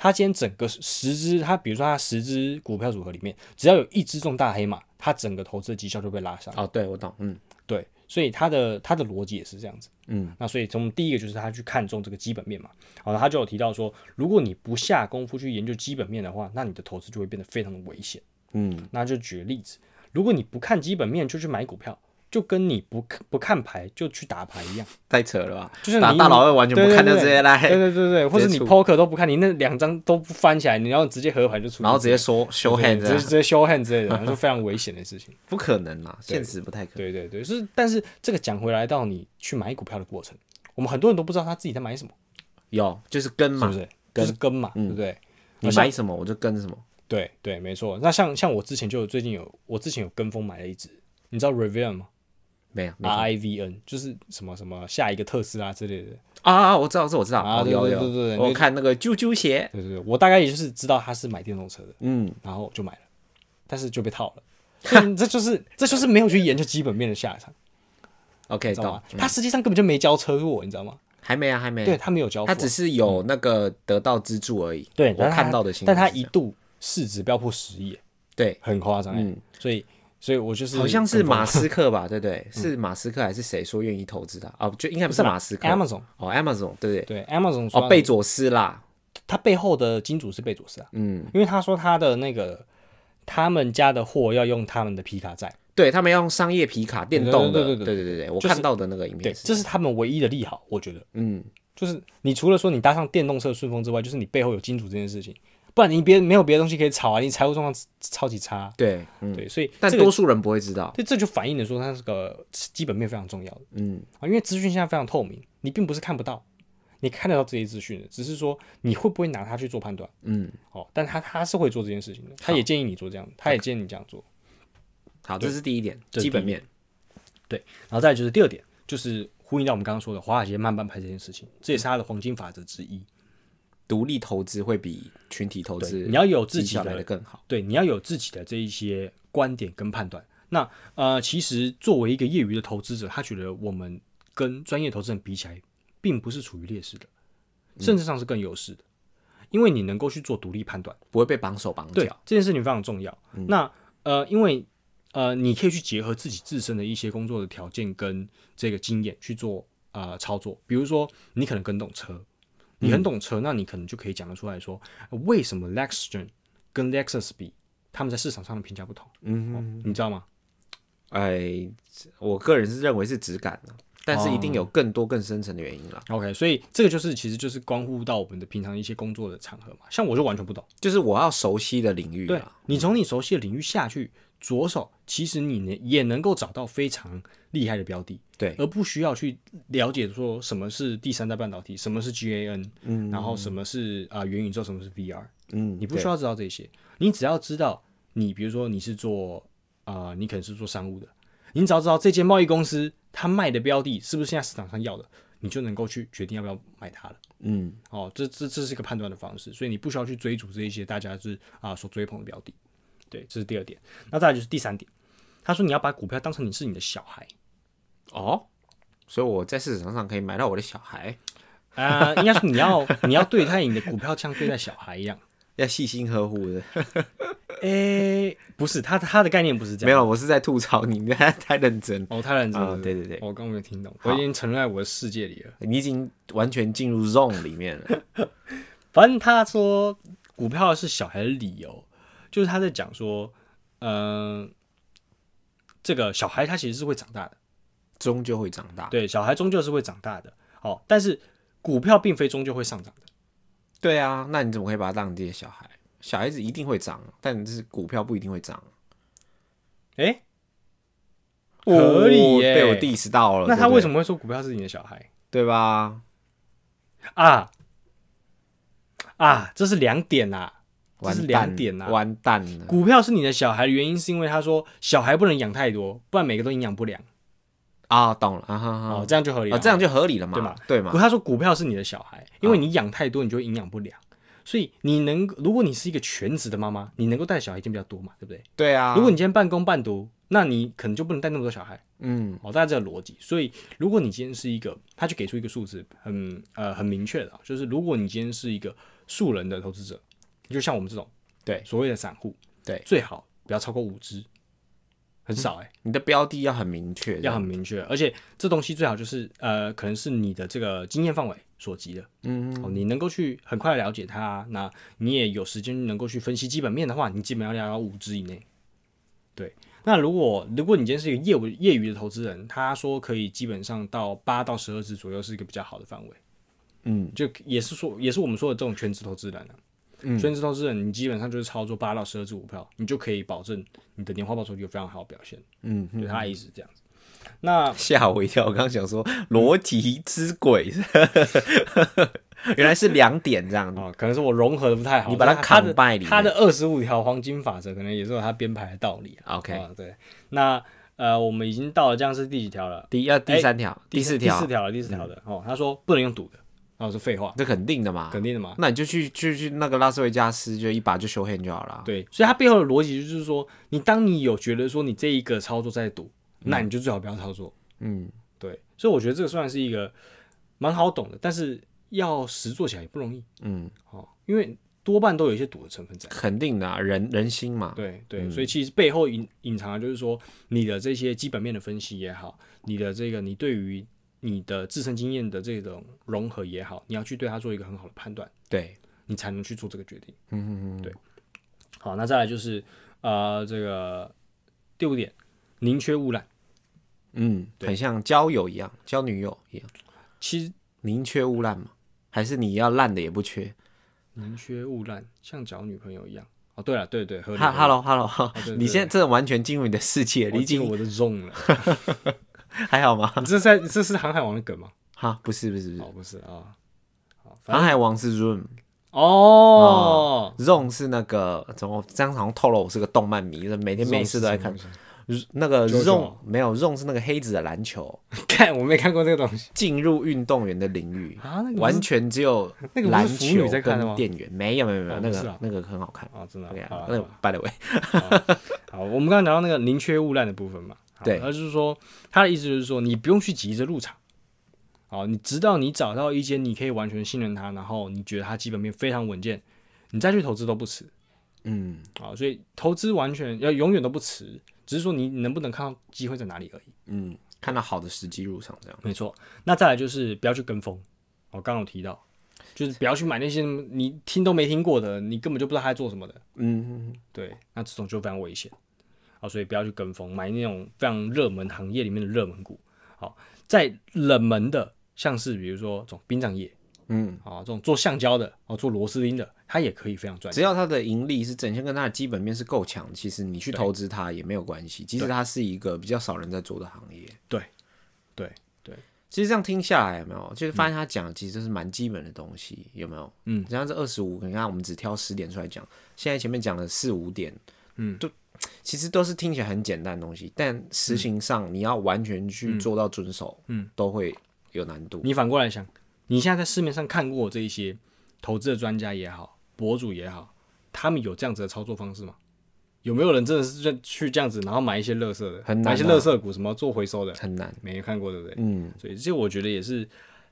Speaker 2: 他今天整个十只，他比如说他十只股票组合里面，只要有一只中大黑马，他整个投资的绩效就被拉上。
Speaker 3: 哦，对，我懂，嗯，
Speaker 2: 对，所以他的他的逻辑也是这样子。
Speaker 3: 嗯，
Speaker 2: 那所以从第一个就是他去看重这个基本面嘛。好了，他就有提到说，如果你不下功夫去研究基本面的话，那你的投资就会变得非常的危险。
Speaker 3: 嗯，
Speaker 2: 那就举个例子，如果你不看基本面就去买股票，就跟你不看不看牌就去打牌一样，
Speaker 3: 太扯了吧？
Speaker 2: 就是
Speaker 3: 打
Speaker 2: 你
Speaker 3: 大老二完全不看就
Speaker 2: 对对对
Speaker 3: 直接来，
Speaker 2: 对对对对，或者
Speaker 3: 直接
Speaker 2: 你
Speaker 3: 出
Speaker 2: poker 都不看，你那两张都不翻起来，你要直接合盘就出去，
Speaker 3: 然后直接说修
Speaker 2: 对
Speaker 3: hand，
Speaker 2: 直接直接 show hand 之类的，就非常危险的事情。
Speaker 3: 不可能啦，现实不太可能。
Speaker 2: 对对对，是，但是这个讲回来到你去买股票的过程，我们很多人都不知道他自己在买什么，
Speaker 3: 有就是嗯跟嗯
Speaker 2: 是
Speaker 3: 嘛
Speaker 2: 不，是？就是跟嘛，对不对？
Speaker 3: 你买什么我就跟什么。
Speaker 2: 对对，没错。那像像我之前就有最近有我之前有跟风买了一只，你知道 Rivian 吗？
Speaker 3: 没有没有
Speaker 2: R I V N，就是什么什么下一个特斯拉之类的。
Speaker 3: 啊，我知道，这我知道，
Speaker 2: 啊
Speaker 3: 哦
Speaker 2: 对
Speaker 3: 有
Speaker 2: 对
Speaker 3: 有，
Speaker 2: 对对对
Speaker 3: 我
Speaker 2: 那
Speaker 3: 看那个啾啾鞋，
Speaker 2: 对对对，我大概也就是知道他是买电动车的，
Speaker 3: 嗯，
Speaker 2: 然后就买了，但是就被套了。 所以这就是这就是没有去研究基本面的下场，
Speaker 3: OK，
Speaker 2: 你知道啊吗
Speaker 3: 懂？。
Speaker 2: 他实际上根本就没交车祸，你知道吗？
Speaker 3: 还没啊，还没。
Speaker 2: 对他没有交付啊，
Speaker 3: 他只是有那个得到资助而已。
Speaker 2: 对
Speaker 3: 我
Speaker 2: 但他
Speaker 3: 看到的新闻
Speaker 2: 但
Speaker 3: 是这
Speaker 2: 他
Speaker 3: 样，
Speaker 2: 一度市值飙破十亿，
Speaker 3: 对，
Speaker 2: 很夸张欸。
Speaker 3: 嗯
Speaker 2: 所以所以我就是
Speaker 3: 好像是
Speaker 2: 跟风
Speaker 3: 马斯克吧，对不对？
Speaker 2: 嗯
Speaker 3: 是马斯克还是谁说愿意投资他？哦，就应该不是马斯克
Speaker 2: Amazon
Speaker 3: 哦，Amazon 对不对？
Speaker 2: 对 Amazon 说
Speaker 3: 哦，贝佐斯啦，
Speaker 2: 他背后的金主是贝佐斯啊，
Speaker 3: 嗯，
Speaker 2: 因为他说他的那个他们家的货要用他们的皮卡在。
Speaker 3: 对他们要用商业皮卡电动的，
Speaker 2: 对对对对
Speaker 3: 对对对，我看到的那个影
Speaker 2: 对，
Speaker 3: 片是，
Speaker 2: 这是他们唯一的利好，我觉得，
Speaker 3: 嗯，
Speaker 2: 就是你除了说你搭上电动车的顺风之外，就是你背后有金主这件事情，不然你别没有别的东西可以炒啊，你财务状况超级差啊，
Speaker 3: 对，嗯，
Speaker 2: 对，所以
Speaker 3: 但
Speaker 2: 这个
Speaker 3: 多数人不会知道，
Speaker 2: 对这就反映了说它这个基本面非常重要的
Speaker 3: 嗯，
Speaker 2: 啊，因为资讯现在非常透明，你并不是看不到，你看得到这些资讯的，只是说你会不会拿它去做判断，
Speaker 3: 嗯，
Speaker 2: 哦，但他他是会做这件事情的，他也建议你做这样，他也建议你这样做，
Speaker 3: 好，这是第一点，
Speaker 2: 这是
Speaker 3: 基本面，
Speaker 2: 然后再来就是第二点，就是呼应到我们刚刚说的华尔街慢半拍这件事情，这也是他的黄金法则之一，
Speaker 3: 独立投资会比群体投资
Speaker 2: 你要有自己
Speaker 3: 绩效来
Speaker 2: 的
Speaker 3: 的更好，
Speaker 2: 对，你要有自己的这一些观点跟判断。那呃，其实作为一个业余的投资者，他觉得我们跟专业投资人比起来，并不是处于劣势的，甚至上是更优势的，因为你能够去做独立判断。
Speaker 3: 不会被绑手绑
Speaker 2: 对
Speaker 3: 脚，
Speaker 2: 这件事情非常重要。那呃，因为呃，你可以去结合自己自身的一些工作的条件跟这个经验去做呃操作。比如说，你可能跟懂车，你很懂车，那你可能就可以讲得出来说，呃为什么 Lexus 跟 Lexus 比，他们在市场上的评价不同。嗯、你知道吗？
Speaker 3: 哎，我个人是认为是质感的，但是一定有
Speaker 2: 哦
Speaker 3: 更多更深层的原因啦。
Speaker 2: OK，所以这个就是其实就是关乎到我们的平常一些工作的场合嘛。像我就完全不懂，
Speaker 3: 就是我要熟悉的领域啊
Speaker 2: 对
Speaker 3: 啦。
Speaker 2: 你从你熟悉的领域下去着手，其实你能也能够找到非常厉害的标的。
Speaker 3: 对，
Speaker 2: 而不需要去了解说什么是第三代半导体，什么是 GAN，嗯，然后什么是啊、呃元宇宙，什么是 VR，
Speaker 3: 嗯，
Speaker 2: 你不需
Speaker 3: 对
Speaker 2: 要知道这些，你只要知道你比如说你是做啊、呃你可能是做商务的，你只要知道这间贸易公司它卖的标的是不是现在市场上要的，你就能够去决定要不要买它了。
Speaker 3: 嗯，
Speaker 2: 哦，这这这是一个判断的方式，所以你不需要去追逐这一些大家是啊、所追捧的标的。对，这是第二点。那再来就是第三点，他说你要把股票当成你是你的小孩。
Speaker 3: 哦，所以我在市场上可以买到我的小孩，
Speaker 2: 啊、应该是你要 你要对待你的股票像对待小孩一样。
Speaker 3: 要细心呵护 的。
Speaker 2: 诶、不是，他他的概念不是这样。
Speaker 3: 没有，我是在吐槽你，你太太认真，
Speaker 2: 哦，太认真了、
Speaker 3: 啊对对对
Speaker 2: 我刚刚没有听懂，我已经沉入在我的世界里了。
Speaker 3: 你已经完全进入 zone 里面了。
Speaker 2: 反正他说股票是小孩的理由，就是他在讲说，嗯、这个小孩他其实是会长大的，
Speaker 3: 终究会长大。
Speaker 2: 对，小孩终究是会长大的。哦，但是股票并非终究会上涨的。
Speaker 3: 对啊，那你怎么可以把他当你自己的小孩？小孩子一定会涨，但是股票不一定会涨。
Speaker 2: 诶、合理
Speaker 3: 哦
Speaker 2: 耶
Speaker 3: 被我 diss 到了。
Speaker 2: 那他为什
Speaker 3: 么
Speaker 2: 么会说股票是你的小孩
Speaker 3: 对吧？
Speaker 2: 啊？啊，这是两点啊，这
Speaker 3: 完
Speaker 2: 是
Speaker 3: 蛋
Speaker 2: 两点啊。
Speaker 3: 完蛋了。
Speaker 2: 股票是你的小孩的原因是因为他说小孩不能养太多，不然每个都营养不良。
Speaker 3: 啊，懂了啊哈
Speaker 2: 哦
Speaker 3: 哈，。
Speaker 2: 这样就合理了。
Speaker 3: 啊，这样就合理了嘛，
Speaker 2: 对嘛
Speaker 3: 对嘛
Speaker 2: 股，他说股票是你的小孩，因为你养太多，你就会营养不良。
Speaker 3: 嗯
Speaker 2: 所以你能，如果你是一个全职的妈妈，你能够带小孩一定比较多嘛，对不对？
Speaker 3: 对啊。
Speaker 2: 如果你今天半工半读，那你可能就不能带那么多小孩。
Speaker 3: 嗯，
Speaker 2: 哦，大家这个逻辑。所以如果你今天是一个，他就给出一个数字，很呃很明确的啊，就是如果你今天是一个素人的投资者，就像我们这种
Speaker 3: 对
Speaker 2: 所谓的散户，
Speaker 3: 对
Speaker 2: 最好不要超过五只，很少哎、
Speaker 3: 你的标的要很明确，
Speaker 2: 要很明确，而且这东西最好就是呃，可能是你的这个经验范围所及的，嗯，哦，你能够去很快地了解它，那你也有时间能够去分析基本面的话，你基本要聊到五只以内。对，那如果如果你今天是一个业务业余的投资人，他说可以基本上到八到十二只左右是一个比较好的范围，
Speaker 3: 嗯，
Speaker 2: 就也是说也是我们说的这种全职投资人啊。全职投资人，你基本上就是操作八到十二只股票，你就可以保证你的年化报酬率有非常好的表现。
Speaker 3: 嗯，
Speaker 2: 对他的意思这样子。那
Speaker 3: 吓我一跳，我刚刚想说逻辑之鬼， 原来是两点这样子。
Speaker 2: 啊，可能是我融合的不太好。
Speaker 3: 你把它
Speaker 2: 但他的
Speaker 3: combine 里面
Speaker 2: 他的二十五条黄金法则可能也是有他编排的道理啊。
Speaker 3: OK
Speaker 2: 啊对，那呃，我们已经到了这样是第几条了？
Speaker 3: 第要第三条，第四条
Speaker 2: 哎第四，条了，第四条的哦。他说不能用赌的，那我说废话，
Speaker 3: 这肯定的嘛。
Speaker 2: 肯定的嘛。
Speaker 3: 那你就去去去那个拉斯维加斯，就一把就修 hand 就好了。，啊
Speaker 2: 对，所以他背后的逻辑就是说，你当你有觉得说你这一个操作在赌，那你就最好不要操作。
Speaker 3: 嗯，
Speaker 2: 对，所以我觉得这个算是一个蛮好懂的，但是要实做起来也不容易。
Speaker 3: 嗯，
Speaker 2: 哦，因为多半都有一些赌的成分在。
Speaker 3: 肯定的啊，人人心嘛。
Speaker 2: 对对，
Speaker 3: 嗯
Speaker 2: 所以其实背后隐隐藏的就是说，你的这些基本面的分析也好，你的这个你对于你的自身经验的这种融合也好，你要去对它做一个很好的判断，
Speaker 3: 对，
Speaker 2: 你才能去做这个决定。嗯嗯嗯，对。好，那再来就是呃，这个第五点，宁缺毋滥。
Speaker 3: 嗯，很像交友一样，交女友一样，
Speaker 2: 其实
Speaker 3: 宁缺毋滥嘛。还是你要烂的也不缺。
Speaker 2: 宁缺毋滥，像找女朋友一样。哦，对了，对对，合理。
Speaker 3: 哈
Speaker 2: 合理
Speaker 3: ，hello hello，
Speaker 2: 对
Speaker 3: 你现在真的完全进入你的世界，
Speaker 2: 我
Speaker 3: 你已
Speaker 2: 进
Speaker 3: 经
Speaker 2: 我的 zone 了。
Speaker 3: 还好吗？
Speaker 2: 你这是在这是航海王的梗吗？
Speaker 3: 哈，不是不是不是，
Speaker 2: 哦，不是啊。好，
Speaker 3: 航
Speaker 2: 反正
Speaker 3: 海王是 room，
Speaker 2: 哦，
Speaker 3: Zone 是那个怎么这样好像透露我是个动漫迷，每天每次都在看。那个
Speaker 2: JoJo
Speaker 3: Zone 没有 Zone 是那个黑子的篮球，
Speaker 2: 看我没看过这个东西
Speaker 3: 进入运动员的领域，
Speaker 2: 啊，那个
Speaker 3: 完全只有
Speaker 2: 那个不是
Speaker 3: 篮
Speaker 2: 腐
Speaker 3: 球
Speaker 2: 女在看的吗
Speaker 3: 跟电源。没有没有没有，
Speaker 2: 哦
Speaker 3: 那
Speaker 2: 不是
Speaker 3: 个
Speaker 2: 啊
Speaker 3: 那个很好看。
Speaker 2: 啊，真的
Speaker 3: OK，
Speaker 2: 好
Speaker 3: 啊
Speaker 2: 啦
Speaker 3: 那个 by the way，
Speaker 2: 好，我们刚刚聊到那个宁缺毋滥的部分嘛，好
Speaker 3: 对
Speaker 2: 他就是说他的意思就是说，你不用去急着入场，好，你直到你找到一间你可以完全信任它，然后你觉得它基本面非常稳健，你再去投资都不迟
Speaker 3: 嗯，
Speaker 2: 啊，所以投资完全要永远都不迟，只是说你能不能看到机会在哪里而已。
Speaker 3: 嗯，看到好的时机入场这样。
Speaker 2: 没错，那再来就是不要去跟风，我刚刚有提到。就是不要去买那些你听都没听过的，你根本就不知道他在做什么的。
Speaker 3: 嗯，
Speaker 2: 对，那这种就非常危险啊，所以不要去跟风，买那种非常热门行业里面的热门股。好，在冷门的，像是比如说这种殡葬业，
Speaker 3: 嗯，
Speaker 2: 啊，这种做橡胶的，哦、做螺丝钉的，它也可以非常赚
Speaker 3: 只
Speaker 2: 钱。
Speaker 3: 要它的盈利是正向，跟它的基本面是够强，其实你去投资它也没有关系。即使它是一个比较少人在做的行业，
Speaker 2: 对，对，对，
Speaker 3: 其实这样听下来，有没有就是发现他讲的其实就是蛮基本的东西，有没有？
Speaker 2: 嗯，
Speaker 3: 像这二十五，你看我们只挑十点出来讲，现在前面讲了四五点，
Speaker 2: 嗯，
Speaker 3: 都其实都是听起来很简单的东西，但实行上你要完全去做到遵守，
Speaker 2: 嗯，
Speaker 3: 都会有难度。
Speaker 2: 你反过来想，你现在在市面上看过这一些投资的专家也好，博主也好，他们有这样子的操作方式吗？有没有人真的是去去这样子，然后买一些乐色的，
Speaker 3: 很难啊
Speaker 2: 买一些乐色股，什么做回收的，
Speaker 3: 很难，
Speaker 2: 没看过，对不对？
Speaker 3: 嗯
Speaker 2: 所以这我觉得也是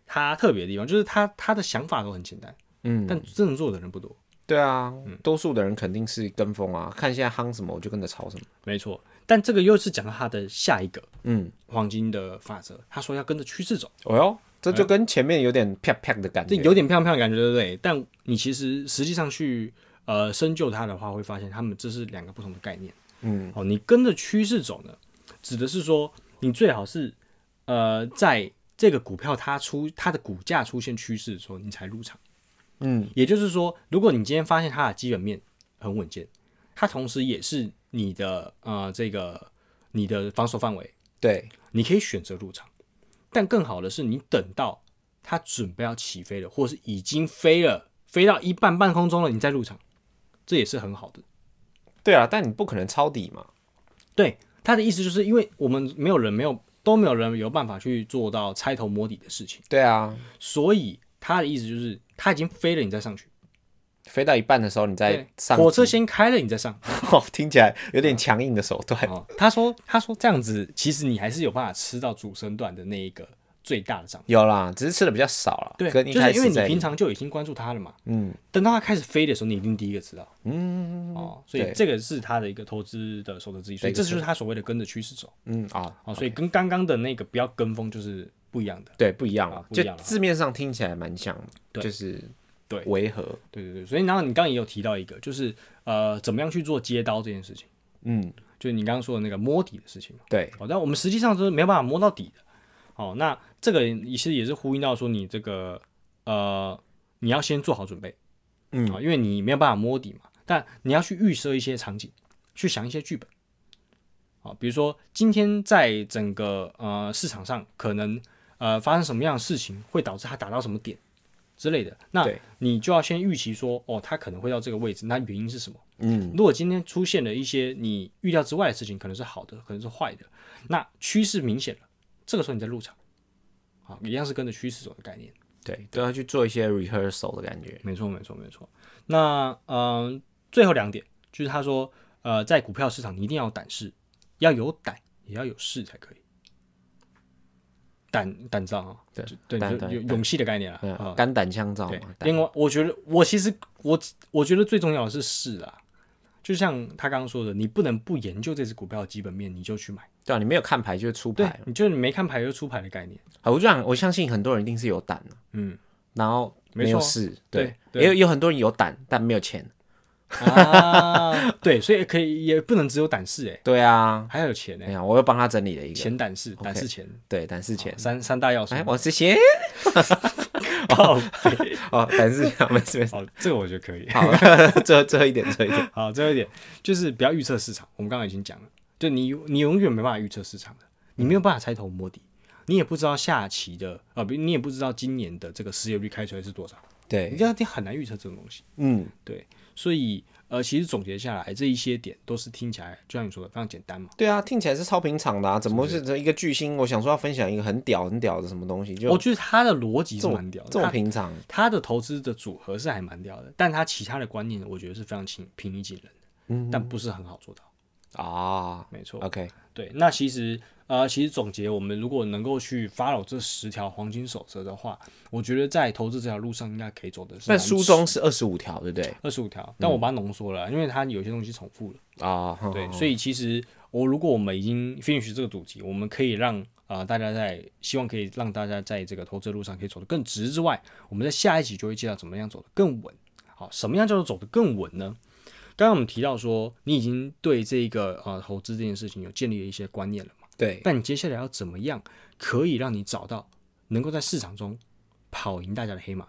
Speaker 2: 他特别的地方，就是他他的想法都很简单，
Speaker 3: 嗯，
Speaker 2: 但真的做的人不多。
Speaker 3: 对啊，多数的人肯定是跟风啊，看现在夯什么我就跟着炒什么。
Speaker 2: 没错，但这个又是讲到他的下一个
Speaker 3: 嗯，
Speaker 2: 黄金的法则，他说要跟着趋势走，
Speaker 3: 哦哟，这就跟前面有点啪啪的感
Speaker 2: 这
Speaker 3: 觉，
Speaker 2: 有点漂亮漂亮的感觉，对不对？但你其实实际上去呃深究它的话，会发现他们这是两个不同的概念。
Speaker 3: 嗯，
Speaker 2: 哦，你跟着趋势走呢，指的是说你最好是呃在这个股票它出它的股价出现趋势的时候，你才入场。
Speaker 3: 嗯，
Speaker 2: 也就是说，如果你今天发现它的基本面很稳健，它同时也是你的呃这个你的防守范围，
Speaker 3: 对，
Speaker 2: 你可以选择入场，但更好的是你等到它准备要起飞了，或是已经飞了，飞到一半半空中了，你再入场，这也是很好的。
Speaker 3: 对啊，但你不可能抄底嘛，
Speaker 2: 对，他的意思就是因为我们没有人没有都没有人有办法去做到猜头摸底的事情，
Speaker 3: 对啊，
Speaker 2: 所以他的意思就是他已经飞了，你再上去；
Speaker 3: 飞到一半的时候你再
Speaker 2: 对
Speaker 3: 上
Speaker 2: 火 车
Speaker 3: 机，
Speaker 2: 先开了，你再上。
Speaker 3: 哦听起来有点强硬的手段，
Speaker 2: 哦，他说他说这样子，其实你还是有办法吃到主升段的那一个最大的涨幅。
Speaker 3: 有啦，只是吃的比较少了，
Speaker 2: 对，
Speaker 3: 跟一
Speaker 2: 就是
Speaker 3: 开
Speaker 2: 因为
Speaker 3: 始
Speaker 2: 你
Speaker 3: 在
Speaker 2: 平常就已经关注它了嘛，
Speaker 3: 嗯，
Speaker 2: 等到它开始飞的时候，你一定第一个知道，
Speaker 3: 嗯
Speaker 2: 哦，所以
Speaker 3: 对
Speaker 2: 这个是他的一个投资的守则之一，所以
Speaker 3: 这
Speaker 2: 这
Speaker 3: 个是
Speaker 2: 就是他所谓的跟着趋势走，
Speaker 3: 嗯啊，
Speaker 2: 哦，所以跟刚刚的那个不要跟风就是不一样的，
Speaker 3: 对，不一样了
Speaker 2: 啊，不一
Speaker 3: 就
Speaker 2: 样了
Speaker 3: 字面上听起来蛮像，
Speaker 2: 对
Speaker 3: 就是
Speaker 2: 对
Speaker 3: 违和，
Speaker 2: 对对对，所以然后你刚刚也有提到一个，就是呃，怎么样去做接刀这件事情，
Speaker 3: 嗯，
Speaker 2: 就是你刚刚说的那个摸底的事情嘛。
Speaker 3: 对，
Speaker 2: 哦，但我们实际上是没有办法摸到底的。哦，那这个其实也是呼应到说你这个呃，你要先做好准备，
Speaker 3: 嗯
Speaker 2: 哦，因为你没有办法摸底嘛，但你要去预设一些场景，去想一些剧本。哦，比如说今天在整个呃市场上可能呃发生什么样的事情，会导致它打到什么点之类的，那
Speaker 3: 对
Speaker 2: 你就要先预期说，哦，它可能会到这个位置，那原因是什么？
Speaker 3: 嗯，
Speaker 2: 如果今天出现了一些你预料之外的事情，可能是好的，可能是坏的，那趋势明显了，这个时候你再入场，啊，一样是跟着趋势走的概念。
Speaker 3: 对，都要去做一些 rehearsal 的感觉，
Speaker 2: 没错，没错，没错。那嗯、最后两点就是他说，呃，在股票市场你一定要有胆识，要有胆，也要有势才可以。胆胆子啊，
Speaker 3: 对
Speaker 2: 就对，
Speaker 3: 胆
Speaker 2: 就
Speaker 3: 胆
Speaker 2: 有勇气的概念啊。
Speaker 3: 嗯
Speaker 2: 啊，
Speaker 3: 肝胆相照
Speaker 2: 对
Speaker 3: 嘛，，胆
Speaker 2: 另外，我觉得我其实我我觉得最重要的是势啦，就像他刚刚说的，你不能不研究这只股票的基本面你就去买，
Speaker 3: 对啊，你没有看牌就是出
Speaker 2: 对
Speaker 3: 牌，，
Speaker 2: 你就是没看牌就出牌的概念，
Speaker 3: 好，我就想我相信很多人一定是有胆的，
Speaker 2: 嗯，
Speaker 3: 然后没
Speaker 2: 没
Speaker 3: 有
Speaker 2: 错
Speaker 3: 事，
Speaker 2: 对对
Speaker 3: 也有有很多人有胆但没有钱，
Speaker 2: 啊， 对，所以可以也不能只有胆识哎、
Speaker 3: 对啊，
Speaker 2: 还要有钱哎、
Speaker 3: 哎呀，我又帮他整理了一个，
Speaker 2: 钱胆识，胆是钱，
Speaker 3: 对，胆是钱，
Speaker 2: 三三大要素
Speaker 3: 哎，
Speaker 2: 嘛。
Speaker 3: 我是钱，
Speaker 2: 哦，
Speaker 3: 哦，胆是钱，没事没事，
Speaker 2: 好，这个我觉得可以。
Speaker 3: 好， 最后最后一点，最后一点，
Speaker 2: 好，最后一点就是不要预测市场。我们刚刚已经讲了，就你你永远没办法预测市场的，你没有办法猜头摸底，你也不知道下期的呃，不，你也不知道今年的这个失业率开出来是多少，你
Speaker 3: 对，
Speaker 2: 这样你很难预测这种东西。
Speaker 3: 嗯，
Speaker 2: 对，所以呃，其实总结下来，这一些点都是听起来就像你说的非常简单嘛。
Speaker 3: 对啊，听起来是超平常的啊，怎么会是一个巨星？我想说要分享一个很屌很屌的什么东西，就
Speaker 2: 我觉得他的逻辑是
Speaker 3: 这
Speaker 2: 蛮
Speaker 3: 么
Speaker 2: 屌的，
Speaker 3: 这么
Speaker 2: 他
Speaker 3: 平常，
Speaker 2: 他的投资的组合是还蛮屌的，但他其他的观念我觉得是非常平平易近人的，
Speaker 3: 嗯
Speaker 2: 但不是很好做到。
Speaker 3: 啊
Speaker 2: 没错，
Speaker 3: ，OK，
Speaker 2: 对，那其实呃，其实总结，我们如果能够去 follow 这十条黄金守则的话，我觉得在投资这条路上应该可以走的是
Speaker 3: 但
Speaker 2: 蛮直。
Speaker 3: 书中是二十五条，对不对？
Speaker 2: 二十五条，但我把它浓缩了，啊因为它有些东西重复了。
Speaker 3: 啊，哼
Speaker 2: 对，所以其实我如果我们已经 finish 这个主题，我们可以让啊、呃大家在希望可以让大家在这个投资路上可以走得更直之外，我们在下一集就会介绍怎么样走得更稳。好，什么样叫做走得更稳呢？刚刚我们提到说，你已经对这个呃投资这件事情有建立了一些观念了嘛？
Speaker 3: 对，
Speaker 2: 但你接下来要怎么样可以让你找到能够在市场中跑赢大家的黑马？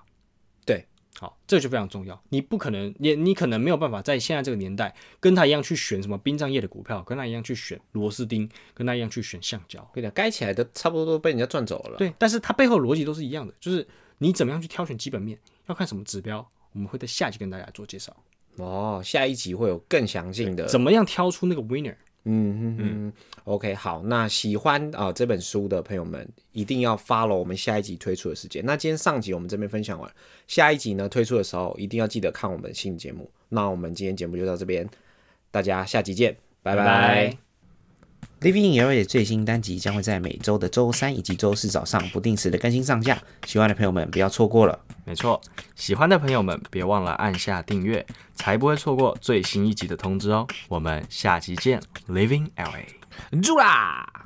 Speaker 3: 对，
Speaker 2: 好，这个就非常重要。你不可能，你你可能没有办法在现在这个年代跟他一样去选什么殡葬业的股票，跟他一样去选螺丝钉，跟他一样去选橡胶。
Speaker 3: 跟你讲，该起来的差不多都被人家赚走了。
Speaker 2: 对，但是它背后的逻辑都是一样的，就是你怎么样去挑选基本面，要看什么指标，我们会在下集跟大家做介绍，
Speaker 3: 哦，下一集会有更详尽的。
Speaker 2: 怎么样挑出那个 winner。
Speaker 3: 嗯嗯嗯，OK，好，那喜欢啊、呃这本书的朋友们，一定要 follow 我们下一集推出的时间。那今天上集我们这边分享完，下一集呢推出的时候，一定要记得看我们新节目。那我们今天节目就到这边，大家下集见，拜拜 Living in LA 的最新单集将会在每周的周三以及周四早上不定时的更新上架，喜欢的朋友们不要错过了。
Speaker 2: 没错，喜欢的朋友们别忘了按下订阅，才不会错过最新一集的通知哦。我们下期见，Living LA。
Speaker 3: 住啦！